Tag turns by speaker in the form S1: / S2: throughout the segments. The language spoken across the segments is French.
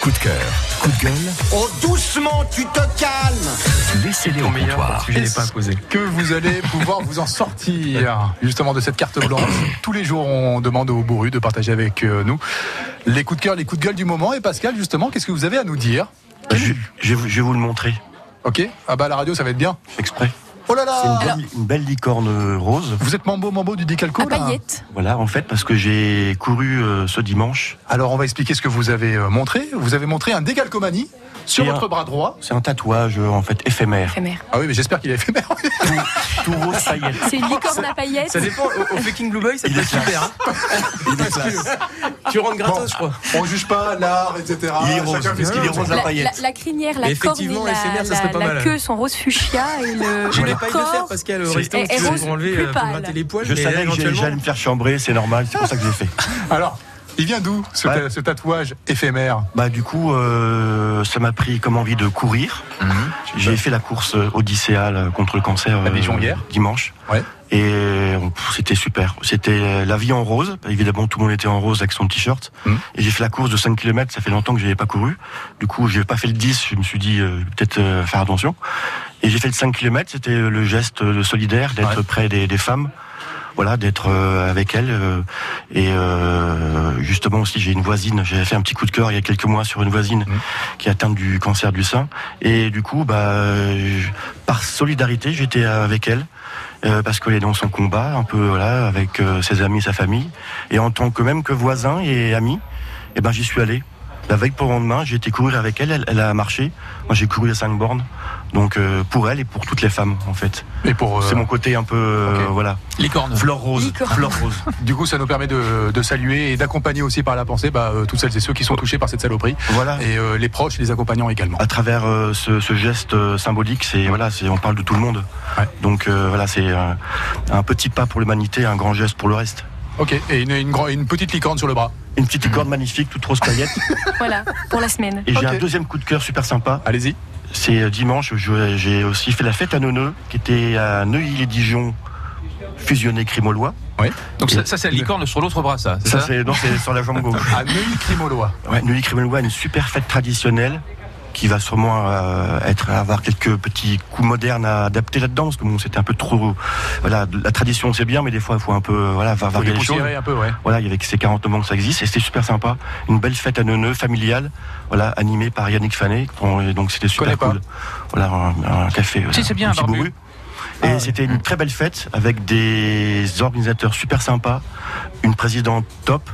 S1: Coup de cœur, coup de gueule,
S2: Oh doucement, tu te calmes
S1: laissez-les au comptoir.
S3: Je l'ai pas posé.
S4: que vous allez pouvoir vous en sortir justement de cette carte blanche. Tous les jours, on demande aux bourrus de partager avec euh, nous les coups de cœur, les coups de gueule du moment. Et Pascal, justement, qu'est-ce que vous avez à nous dire
S5: Je, je vais vous- je vais vous le montrer,
S4: Ok Ah bah à la radio, ça va être bien.
S5: exprès.
S4: Oh là
S5: C'est une,
S4: là
S5: belle- une belle licorne euh, rose.
S4: Vous êtes mambo mambo du décalco
S6: à
S4: là
S6: paillettes.
S5: Voilà, en fait, parce que j'ai couru euh, ce dimanche.
S4: Alors on va expliquer ce que vous avez euh, montré. Vous avez montré un décalcomanie sur
S5: Et
S4: votre
S5: un-
S4: bras droit.
S5: C'est un tatouage, euh, en fait, éphémère.
S6: Éphémère.
S4: Ah oui, mais j'espère qu'il est éphémère.
S5: Tout rose paillette.
S6: C'est une licorne à paillettes.
S3: Ça dépend. Au, au fucking Blue Boy, ça peut être super. hein. Tu rentres gratos,
S4: Bon.
S3: je crois.
S4: on juge pas l'art, etc.
S5: Il est
S4: Ah, Chacun
S5: rose.
S4: fait ce qu'il
S5: Il est
S4: veut.
S5: rose à
S6: La, la,
S5: paillettes.
S6: la crinière, la
S3: Mais
S6: corne et
S3: effectivement,
S6: la,
S3: éphémère, ça serait pas
S6: la- la
S3: mal.
S6: queue sont rose fuchsia et le,
S3: J'ai
S6: le
S3: les pailles de fer,
S6: corps.
S3: Pascal, au
S5: C'est-
S3: restaurant,
S6: Et-
S3: tu
S6: et
S3: veux
S6: rose
S3: pour enlever,
S6: plus
S3: euh, pour me
S6: pâle.
S3: gratter les poils.
S5: Je
S3: mais
S5: savais que j'allais-
S3: éventuellement-
S5: j'allais me faire chambrer, c'est normal, c'est pour ça que je l'ai fait.
S4: Alors, il vient d'où ce,
S5: Ouais.
S4: ce tatouage éphémère
S5: Bah du coup, euh, ça m'a pris comme envie de courir.
S4: Mhm.
S5: J'ai fait la course euh, odysséale euh, contre le cancer euh,
S4: La Béjonguère.
S5: dimanche.
S4: Ouais.
S5: Et euh, pff, c'était super. C'était euh, la vie en rose. Évidemment, tout le monde était en rose avec son t-shirt.
S4: Mhm.
S5: Et j'ai fait la course de 5 km. Ça fait longtemps que je n'avais pas couru. Du coup, j'ai pas fait le 10. Je me suis dit euh, je vais peut-être euh, faire attention. Et j'ai fait le 5 km. C'était euh, le geste euh, solidaire d'être
S4: Ouais.
S5: près des, des femmes. Voilà, d'être euh, avec elles. euh, et euh, justement aussi, j'ai une voisine. J'avais fait un petit coup de cœur il y a quelques mois sur une voisine
S4: Mhm.
S5: qui est atteinte du cancer du sein. Et du coup, bah, je- par solidarité, j'étais avec elle. euh, parce qu'elle est dans son combat, un peu voilà, avec euh, ses amis, sa famille, et en tant que même que voisin et ami, eh ben j'y suis allé. La veille pour le lendemain, j'ai été courir avec elle. Elle, elle a marché. Moi, j'ai couru à cinq bornes. Donc euh, pour elle et pour toutes les femmes, en fait.
S4: Et pour euh,
S5: C'est mon côté un peu euh,
S4: ok.
S5: voilà.
S3: Licorne.
S5: Fleur rose,
S6: Licorne.
S5: fleur rose.
S4: Du coup, ça nous permet de, de saluer et d'accompagner aussi par la pensée bah, euh, toutes celles et ceux qui sont touchés par cette saloperie
S5: Voilà.
S4: et euh, les proches et les accompagnants également.
S5: à travers euh, ce, ce geste euh, symbolique, c'est voilà, c'est on parle de tout le monde.
S4: Ouais.
S5: Donc euh, voilà, c'est euh, un petit pas pour l'humanité, un grand geste pour le reste.
S4: Ok, et une, une, grand- une petite licorne sur le bras.
S5: Une petite licorne magnifique, toute rose paillette.
S6: Voilà, pour la semaine.
S5: Et j'ai
S4: Ok.
S5: un deuxième coup de cœur super sympa.
S4: Allez-y.
S5: C'est euh, dimanche, je- j'ai aussi fait la fête à Neuneu, qui était à Neuilly-les-Dijon, fusionné crémolois.
S7: Donc ça, ça, c'est la licorne sur l'autre bras, ça. c'est
S5: Ça,
S7: ça
S5: c'est non, c'est sur la jambe gauche.
S4: À Neuilly-Crimolois.
S5: Ouais, Neuilly Crémolois, une super fête traditionnelle qui va sûrement euh, être avoir quelques petits coups modernes à adapter là-dedans parce que bon, c'était un peu trop voilà de- la tradition c'est bien mais des fois il faut un peu euh, voilà va-
S4: Faut
S5: varier les choses
S4: dépoussiérer un peu, ouais.
S5: voilà il y avait que ces 49 ans que ça existe et c'était super sympa une belle fête à Neuneu familiale voilà animée par Yannick Fanet dont- et donc c'était
S4: Connais
S5: super
S4: pas.
S5: cool voilà un, un café voilà,
S7: c'est bien,
S5: un petit
S7: barbu.
S5: bourru. et c'était une très belle fête avec des organisateurs super sympas une présidente top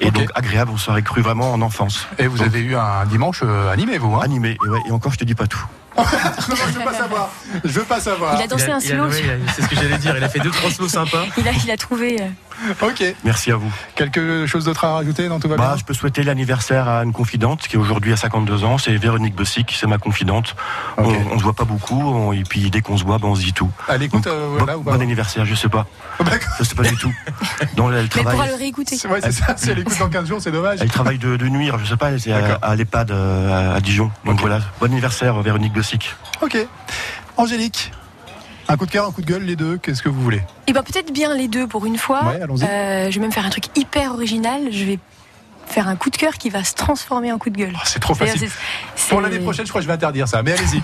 S5: et
S4: Ok.
S5: donc agréable on s'aurait cru vraiment en enfance
S4: Et vous avez eu un dimanche euh, animé, vous. Hein
S5: animé. Et, ouais, et encore, je te dis pas tout.
S4: non, non, je veux pas savoir. Je veux pas savoir.
S6: Il a dansé
S3: Il a-
S6: un
S3: il a-
S6: slow.
S3: ouais,
S6: sur-
S3: il a- C'est ce que j'allais dire. Il a fait deux, trois slows sympas.
S6: Il a, il a trouvé. euh,
S4: Ok.
S5: Merci à vous.
S4: Quelque chose d'autre à rajouter dans tout va bien
S5: Bah, je peux souhaiter l'anniversaire à une confidente qui est aujourd'hui à 52 ans. C'est Véronique Bossic, c'est ma confidente.
S4: Ok.
S5: On, on se voit pas beaucoup, on- et puis dès qu'on se voit, ben, on se dit tout.
S4: À l'écoute, euh,
S5: Bon,
S4: voilà, ou pas Bah,
S5: bon anniversaire, je sais pas.
S4: D'accord.
S5: Je sais pas du tout. Dans le, elle
S6: Mais elle pourra le
S5: travaille.
S6: réécouter.
S4: Ouais, c'est ça. Si elle écoute dans 15 jours, c'est dommage.
S5: Elle travaille de, de nuit, alors je sais pas, elle est à,
S4: D'accord.
S5: à l'EHPAD euh, à, à Dijon. Donc
S4: Ok.
S5: voilà, bon anniversaire Véronique Bossic.
S4: Ok. Angélique. Un coup de cœur, un coup de gueule, les deux, qu'est-ce que vous voulez
S6: Et ben peut-être bien les deux pour une fois.
S4: Ouais, allons-y.
S6: Euh, je vais même faire un truc hyper original. Je vais faire un coup de cœur qui va se transformer en coup de gueule.
S4: Oh, C'est trop facile.
S6: C'est- c'est-
S4: Pour l'année prochaine, je crois que je vais interdire ça, mais allez-y.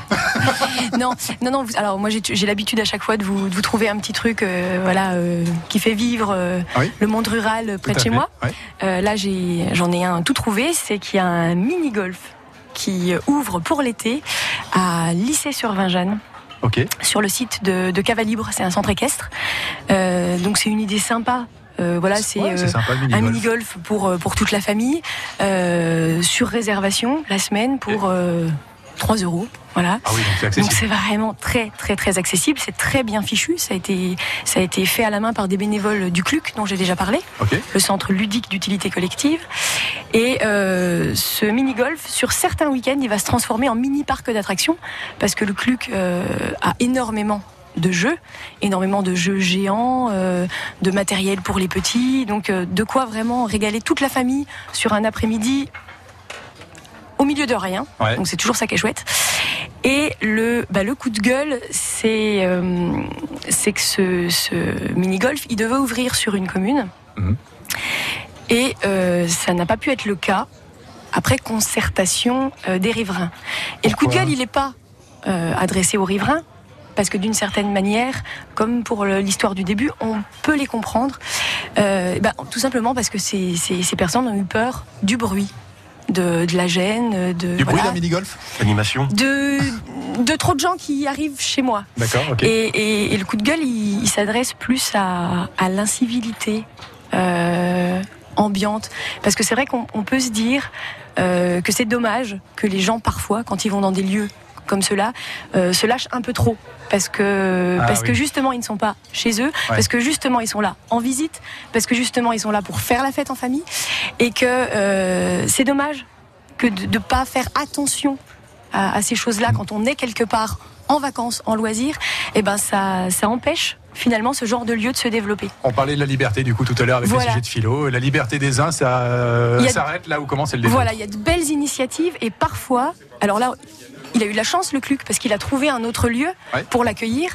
S6: Non, non, non. vous- Alors moi, j'ai j'ai l'habitude à chaque fois de vous, de vous trouver un petit truc, euh, voilà, euh, qui fait vivre euh,
S4: Ah oui
S6: le monde rural euh, près de
S4: Tout à
S6: chez
S4: fait.
S6: moi.
S4: Ouais.
S6: Euh, là, j'ai- j'en ai, un tout trouvé. C'est qu'il y a un mini golf qui euh, ouvre pour l'été à Lycée-sur-Vingeanne.
S4: Ok.
S6: sur le site de, de Cavalibre, c'est un centre équestre. Euh, donc c'est une idée sympa. Euh, voilà, c'est
S4: Ouais,
S6: euh,
S4: sympa le
S6: un
S4: mini-golf.
S6: mini-golf pour, euh, pour toute la famille, euh, sur réservation la semaine pour euh, 3 euros. Voilà.
S4: Ah oui, donc c'est
S6: Donc
S4: accessible.
S6: c'est vraiment très très très accessible, c'est très bien fichu, ça a été ça a été fait à la main par des bénévoles du CLUC dont j'ai déjà parlé,
S4: Ok.
S6: le centre ludique d'utilité collective et euh, ce mini golf sur certains week-ends il va se transformer en mini parc d'attractions parce que le CLUC euh, a énormément de jeux, énormément de jeux géants, euh, de matériel pour les petits, donc euh, de quoi vraiment régaler toute la famille sur un après-midi au milieu de rien.
S4: Ouais.
S6: Donc c'est toujours ça qui est chouette. Et le, bah, le coup de gueule, c'est euh, c'est que ce, ce mini-golf, il devait ouvrir sur une commune.
S4: Mhm.
S6: Et euh, ça n'a pas pu être le cas. après concertation euh, des riverains. Et le coup de
S4: Pourquoi
S6: gueule, il n'est pas euh, adressé aux riverains. Parce que d'une certaine manière, comme pour le- l'histoire du début, on peut les comprendre. Euh, ben, tout simplement parce que ces, ces- ces personnes ont eu peur du bruit, de, de la gêne, de,
S4: Du bruit
S6: voilà,
S4: d'un mini-golf
S5: Animation.
S6: de, de trop de gens qui arrivent chez moi.
S4: D'accord, ok.
S6: Et, et- et le coup de gueule, il, il s'adresse plus à, à l'incivilité euh, ambiante. Parce que c'est vrai qu'on on peut se dire euh, que c'est dommage que les gens, parfois, quand ils vont dans des lieux comme cela, euh, se lâchent un peu trop. Parce que,
S4: Ah
S6: parce
S4: oui.
S6: que justement, ils ne sont pas chez eux. Parce que justement, ils sont là en visite. Parce que justement, ils sont là pour faire la fête en famille. Et que euh, c'est dommage que de ne pas faire attention à, à ces choses-là quand on est quelque part en vacances, en loisirs, et ben ça, ça empêche finalement ce genre de lieu de se développer.
S4: On parlait de la liberté du coup tout à l'heure avec
S6: Voilà.
S4: les sujets de philo. La liberté des uns, ça euh,
S6: Il y a-
S4: s'arrête là où commence le débat.
S6: Voilà, il y a de belles initiatives et parfois, alors là, il a eu de la chance le Cluc parce qu'il a trouvé un autre lieu
S4: Ouais.
S6: pour l'accueillir,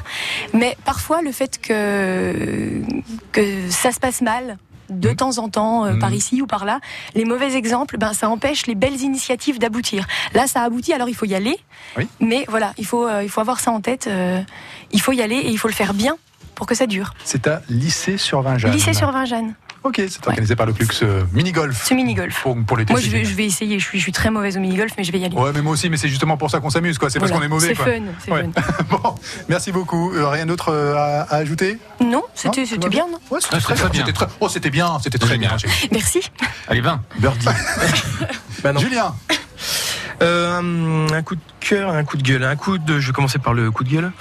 S6: mais parfois le fait que que ça se passe mal. De temps en temps, euh,
S4: Mhm.
S6: par ici ou par là, les mauvais exemples, ben ça empêche les belles initiatives d'aboutir. Là, ça aboutit, alors il faut y aller.
S4: Oui.
S6: Mais voilà, il faut euh, il faut avoir ça en tête. euh, il faut y aller et il faut le faire bien pour que ça dure.
S4: C'est à lycée sur Vingeanne.
S6: Lycée sur Vincennes,
S4: Ok, c'est organisé par le Clux euh, mini-golf.
S6: ce mini-golf.
S4: Pour, pour l'été.
S6: Moi, je
S4: c'est
S6: vais,
S4: génial.
S6: je vais essayer. Je suis, je suis très mauvaise au mini-golf, mais je vais y aller.
S4: Ouais, mais moi aussi, mais c'est justement pour ça qu'on s'amuse, quoi. C'est parce
S6: Voilà.
S4: qu'on est mauvais,
S6: C'est
S4: quoi.
S6: fun, c'est
S4: Ouais.
S6: fun.
S4: bon, merci beaucoup. Euh, rien d'autre euh, à, à ajouter
S6: Non,
S4: Non,
S6: c'était
S4: tout
S6: c'était
S4: va
S6: bien, non
S4: Ouais, c'était
S7: Ah,
S4: très, bien.
S7: c'était bien.
S4: C'était très- Oh, c'était bien, c'était très bien.
S7: Génial.
S6: Merci.
S7: Allez, 20.
S5: Birdie.
S3: Bah non.
S4: Julien,
S3: Euh, un- un coup de cœur, un coup de gueule, un coup de. Je vais commencer par le coup de gueule.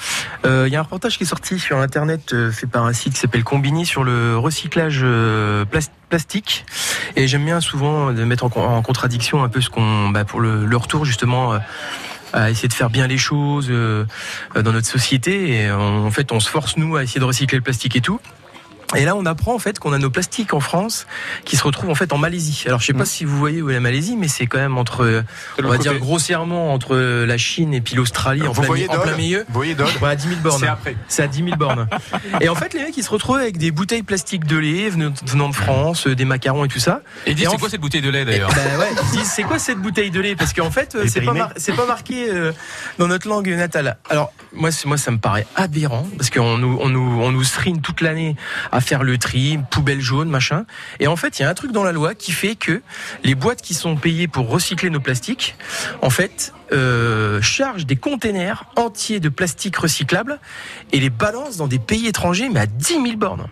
S3: Euh, Il y a un reportage qui est sorti sur internet euh, fait par un site qui s'appelle Combini sur le recyclage euh, plas- plastique. Et j'aime bien souvent de mettre en, con- en contradiction un peu ce qu'on bah, pour le, le retour justement. euh, à essayer de faire bien les choses euh, euh, dans notre société et euh, en fait on se force nous à essayer de recycler le plastique et tout et là on apprend en fait qu'on a nos plastiques en France qui se retrouvent en fait en Malaisie alors je sais pas si vous voyez où est la Malaisie mais c'est quand même entre euh,
S4: Mm. de
S3: on
S4: l'autre
S3: va
S4: côté. Euh,
S3: dire grossièrement entre la Chine et puis l'Australie en,
S4: vous
S3: plein,
S4: voyez
S3: mi- en
S4: Dole
S3: plein milieu.
S4: Vous voyez Dole
S3: Ouais, Bah, à 10 000 bornes.
S4: C'est après.
S3: C'est à 10 000 bornes. Et en fait, les mecs, ils se retrouvent avec des bouteilles plastiques de lait venant venant de France, euh, des macarons et tout ça.
S7: Et dis,
S3: Et
S7: c'est
S3: en-
S7: quoi cette bouteille de lait d'ailleurs
S3: Bah ouais, ils se disent, c'est quoi cette bouteille de lait Parce qu'en fait, euh,
S5: Elle est
S3: c'est pas,
S5: périmée.
S3: mar- c'est pas marqué euh, dans notre langue natale. Alors, moi, c'est- moi ça me paraît aberrant, parce qu'on nous, on nous, on nous serine toute l'année à faire le tri, poubelle jaune, machin. Et en fait, il y a un truc dans la loi qui fait que les boîtes qui sont payées pour recycler nos plastiques, en fait, euh, chargent des containers entiers de plastique recyclable et les balancent dans des pays étrangers, mais à 10 000 bornes.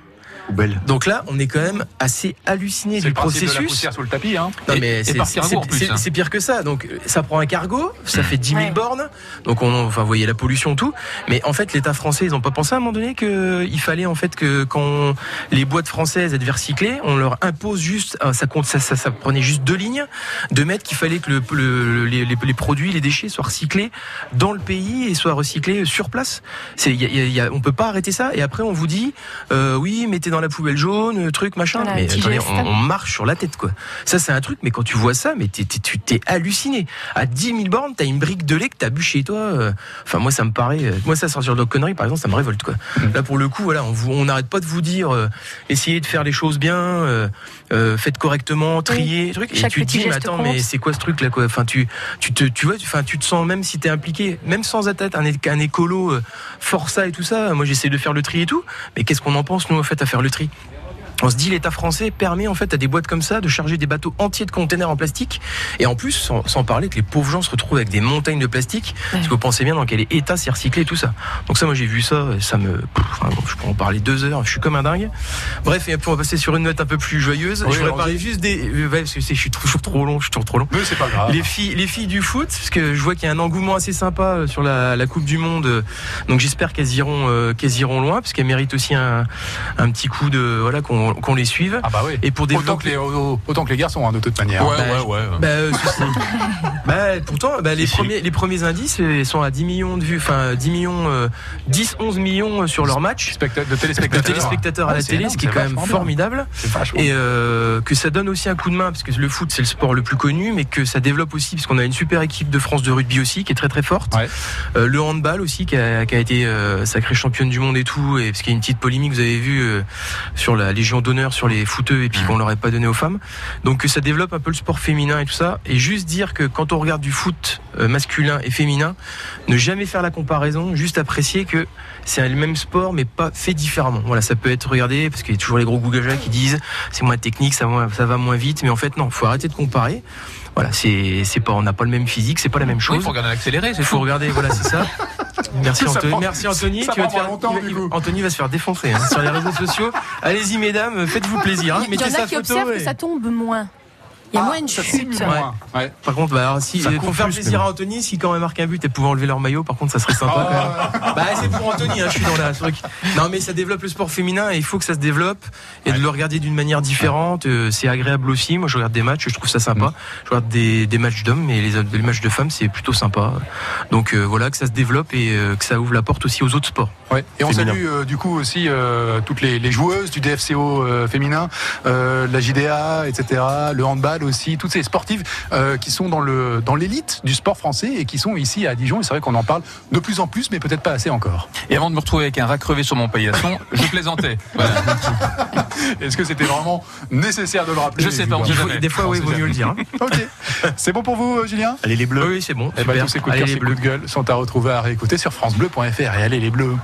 S5: Poubelle.
S3: Donc là, on est quand même assez halluciné
S4: C'est
S3: du
S4: le principe de la
S3: processus.
S4: poussière sous le tapis, hein.
S3: Non,
S7: Et-
S3: mais
S7: et
S3: c'est-
S7: par
S3: c'est-
S7: cargo, en
S3: c'est-
S7: plus,
S3: c'est-
S7: hein.
S3: C'est pire que ça. Donc, euh, ça prend un cargo, ça fait 10 000
S6: Ouais.
S3: bornes. Donc, on, enfin, vous voyez la pollution, tout. Mais en fait, l'État français, ils n'ont pas pensé à un moment donné qu'il fallait, en fait, que quand les boîtes françaises étaient recyclées, on leur impose juste, ah, ça compte, ça, ça, ça prenait juste deux lignes, de mettre qu'il fallait que le, le- les, les- les produits, les déchets soient recyclés dans le pays et soient recyclés sur place. C'est, il y a- il y a- il y a- on peut pas arrêter ça. Et après, on vous dit, euh, oui, mettez dans la poubelle jaune, euh, truc, machin.
S6: Voilà,
S3: mais
S6: petit
S3: attendez,
S6: geste.
S3: on- on marche sur la tête, quoi. Ça, c'est un truc, mais quand tu vois ça, mais t'es, t'es- tu t'es halluciné. À 10 000 bornes, t'as une brique de lait que t'as bu chez toi. euh, Enfin, moi, ça me paraît. euh, Moi, ça, sortir de conneries, par exemple, ça me révolte, quoi. Là, pour le coup, voilà, on vous- on n'arrête pas de vous dire, euh, essayez de faire les choses bien, euh, euh, faites correctement, trier, truc. Et
S6: Chaque
S3: tu te
S6: petit
S3: dis, mais
S6: geste
S3: attends,
S6: compte.
S3: mais c'est quoi ce truc, là, quoi Enfin, tu, tu te, tu vois, tu- enfin, tu te sens, même si t'es impliqué, même sans être un, é- un écolo, euh, forçat et tout ça, moi, j'essaie de faire le tri et tout. Mais qu'est-ce qu'on en pense, nous, en fait, à faire le tri on se dit l'État français permet en fait à des boîtes comme ça de charger des bateaux entiers de containers en plastique et en plus sans, sans parler que les pauvres gens se retrouvent avec des montagnes de plastique parce que vous pensez bien dans quel état c'est recyclé tout ça. Donc ça moi j'ai vu ça ça me pff, enfin, bon, je peux en parler deux heures je suis comme un dingue. Bref et puis on va passer sur une note un peu plus joyeuse.
S4: Oui,
S3: je voudrais
S4: allons-y.
S3: parler juste des euh, ouais, parce que c'est- je suis toujours trop long je suis toujours trop long.
S4: Mais c'est pas grave.
S3: Les filles, les filles du foot, parce que je vois qu'il y a un engouement assez sympa euh, sur la, la Coupe du Monde. euh, Donc j'espère qu'elles iront, euh, qu'elles iront loin, parce qu'elles méritent aussi un, un petit coup de voilà qu'on qu'on les suive.
S4: Ah bah oui.
S3: Et pour
S4: Autant que
S3: développer.
S4: les, autant que les garçons, hein, de toute manière.
S7: ouais, ouais, ouais.
S3: Bah, euh, ceci- Bah, pourtant, bah, les,
S5: Si, si.
S3: premiers, les premiers indices euh, sont à 10 millions de vues, enfin 10 millions, euh, 10, 11 millions euh, sur leur match.
S4: Spectacle- de
S3: De
S4: téléspectateurs.
S3: téléspectateurs à
S4: Ouais,
S3: la
S4: Ah, c'est
S3: télé,
S4: énorme,
S3: ce qui est
S4: c'est
S3: quand même
S4: vachement bien.
S3: formidable.
S4: C'est vachement
S3: Et euh, que ça donne aussi un coup de main, parce que le foot, c'est le sport le plus connu, mais que ça développe aussi, parce qu'on a une super équipe de France de rugby aussi, qui est très très forte.
S4: Ouais.
S3: Euh, le handball aussi, qui a, qui a été euh, sacré championne du monde et tout, et parce qu'il y a une petite polémique, vous avez vu, euh, sur la Légion d'honneur, sur les footeux, et puis qu'on leur aurait pas donné aux femmes. Donc que ça développe un peu le sport féminin et tout ça. Et juste dire que quand on regarde du foot euh, masculin et féminin, ne jamais faire la comparaison, juste apprécier que c'est le même sport, mais pas fait différemment. Voilà, ça peut être regardé, parce qu'il y a toujours les gros gougajas qui disent c'est moins technique, ça, va- ça va moins vite, mais en fait non, faut arrêter de comparer. Voilà, c'est c'est pas, on n'a pas le même physique, c'est pas la même
S7: Oui,
S3: chose.
S7: faut regarder l'accéléré, c'est
S3: Il faut
S7: fou.
S3: regarder, voilà, c'est ça. Merci
S4: Ça
S3: Anthony.
S4: prend-
S3: Merci Anthony.
S4: ça
S3: Tu vas
S4: prend
S3: te faire-
S4: longtemps,
S3: il va-
S4: du
S3: il-
S4: coup.
S3: Anthony va se faire défoncer hein, sur les réseaux sociaux. Allez-y mesdames, faites-vous plaisir. hein,
S6: Il y
S3: mettez
S6: en
S3: sa
S6: a qui
S3: photo,
S6: observent
S3: et-
S6: que ça tombe moins. Il y
S4: Ah,
S6: a moins une
S4: ça
S6: chute.
S4: simule moins. Ouais.
S3: Par contre, bah, alors, si,
S5: Ça
S3: pour
S5: compte
S3: faire
S5: plus,
S3: plaisir
S5: mais
S3: à Anthony, si quand même marque un but et pouvait enlever leur maillot, par contre, ça serait
S4: Ah
S3: sympa. quand même. Bah, c'est pour Anthony, hein, je suis dans la truc. Non, mais ça développe le sport féminin et il faut que ça se développe et de le regarder d'une manière différente. euh, c'est agréable aussi. Moi, je regarde des matchs, je trouve ça sympa.
S4: Mm.
S3: Je regarde des, des matchs d'hommes, mais les, les matchs de femmes, c'est plutôt sympa. Donc euh, voilà, que ça se développe et euh, que ça ouvre la porte aussi aux autres sports.
S4: Ouais. Et on
S5: Féminin.
S4: salue euh, du coup aussi euh, toutes les, les joueuses du DFCO euh, féminin, euh, la JDA, etc., le handball aussi, toutes ces sportives euh, qui sont dans le dans l'élite du sport français et qui sont ici à Dijon. Et c'est vrai qu'on en parle de plus en plus, mais peut-être pas assez encore.
S7: Et avant de me retrouver avec un rat crevé sur mon paillasson, je plaisantais. Voilà.
S4: Est-ce que c'était vraiment nécessaire de le rappeler
S7: Je sais pas, on
S4: Julien
S7: sait
S3: Faut-
S7: jamais.
S3: des fois,
S4: On
S3: oui,
S4: sait
S3: vaut mieux
S4: jamais.
S3: le dire. hein.
S4: Ok. C'est bon pour vous, euh, Julien
S5: Allez les bleus.
S3: Oui, oui, c'est bon.
S4: Eh ben,
S3: super.
S4: tous ces coups de
S3: Allez,
S4: cœur,
S3: les
S4: ces
S3: bleus.
S4: coups de gueule sont à retrouver à réécouter sur francebleu.fr et allez les bleus.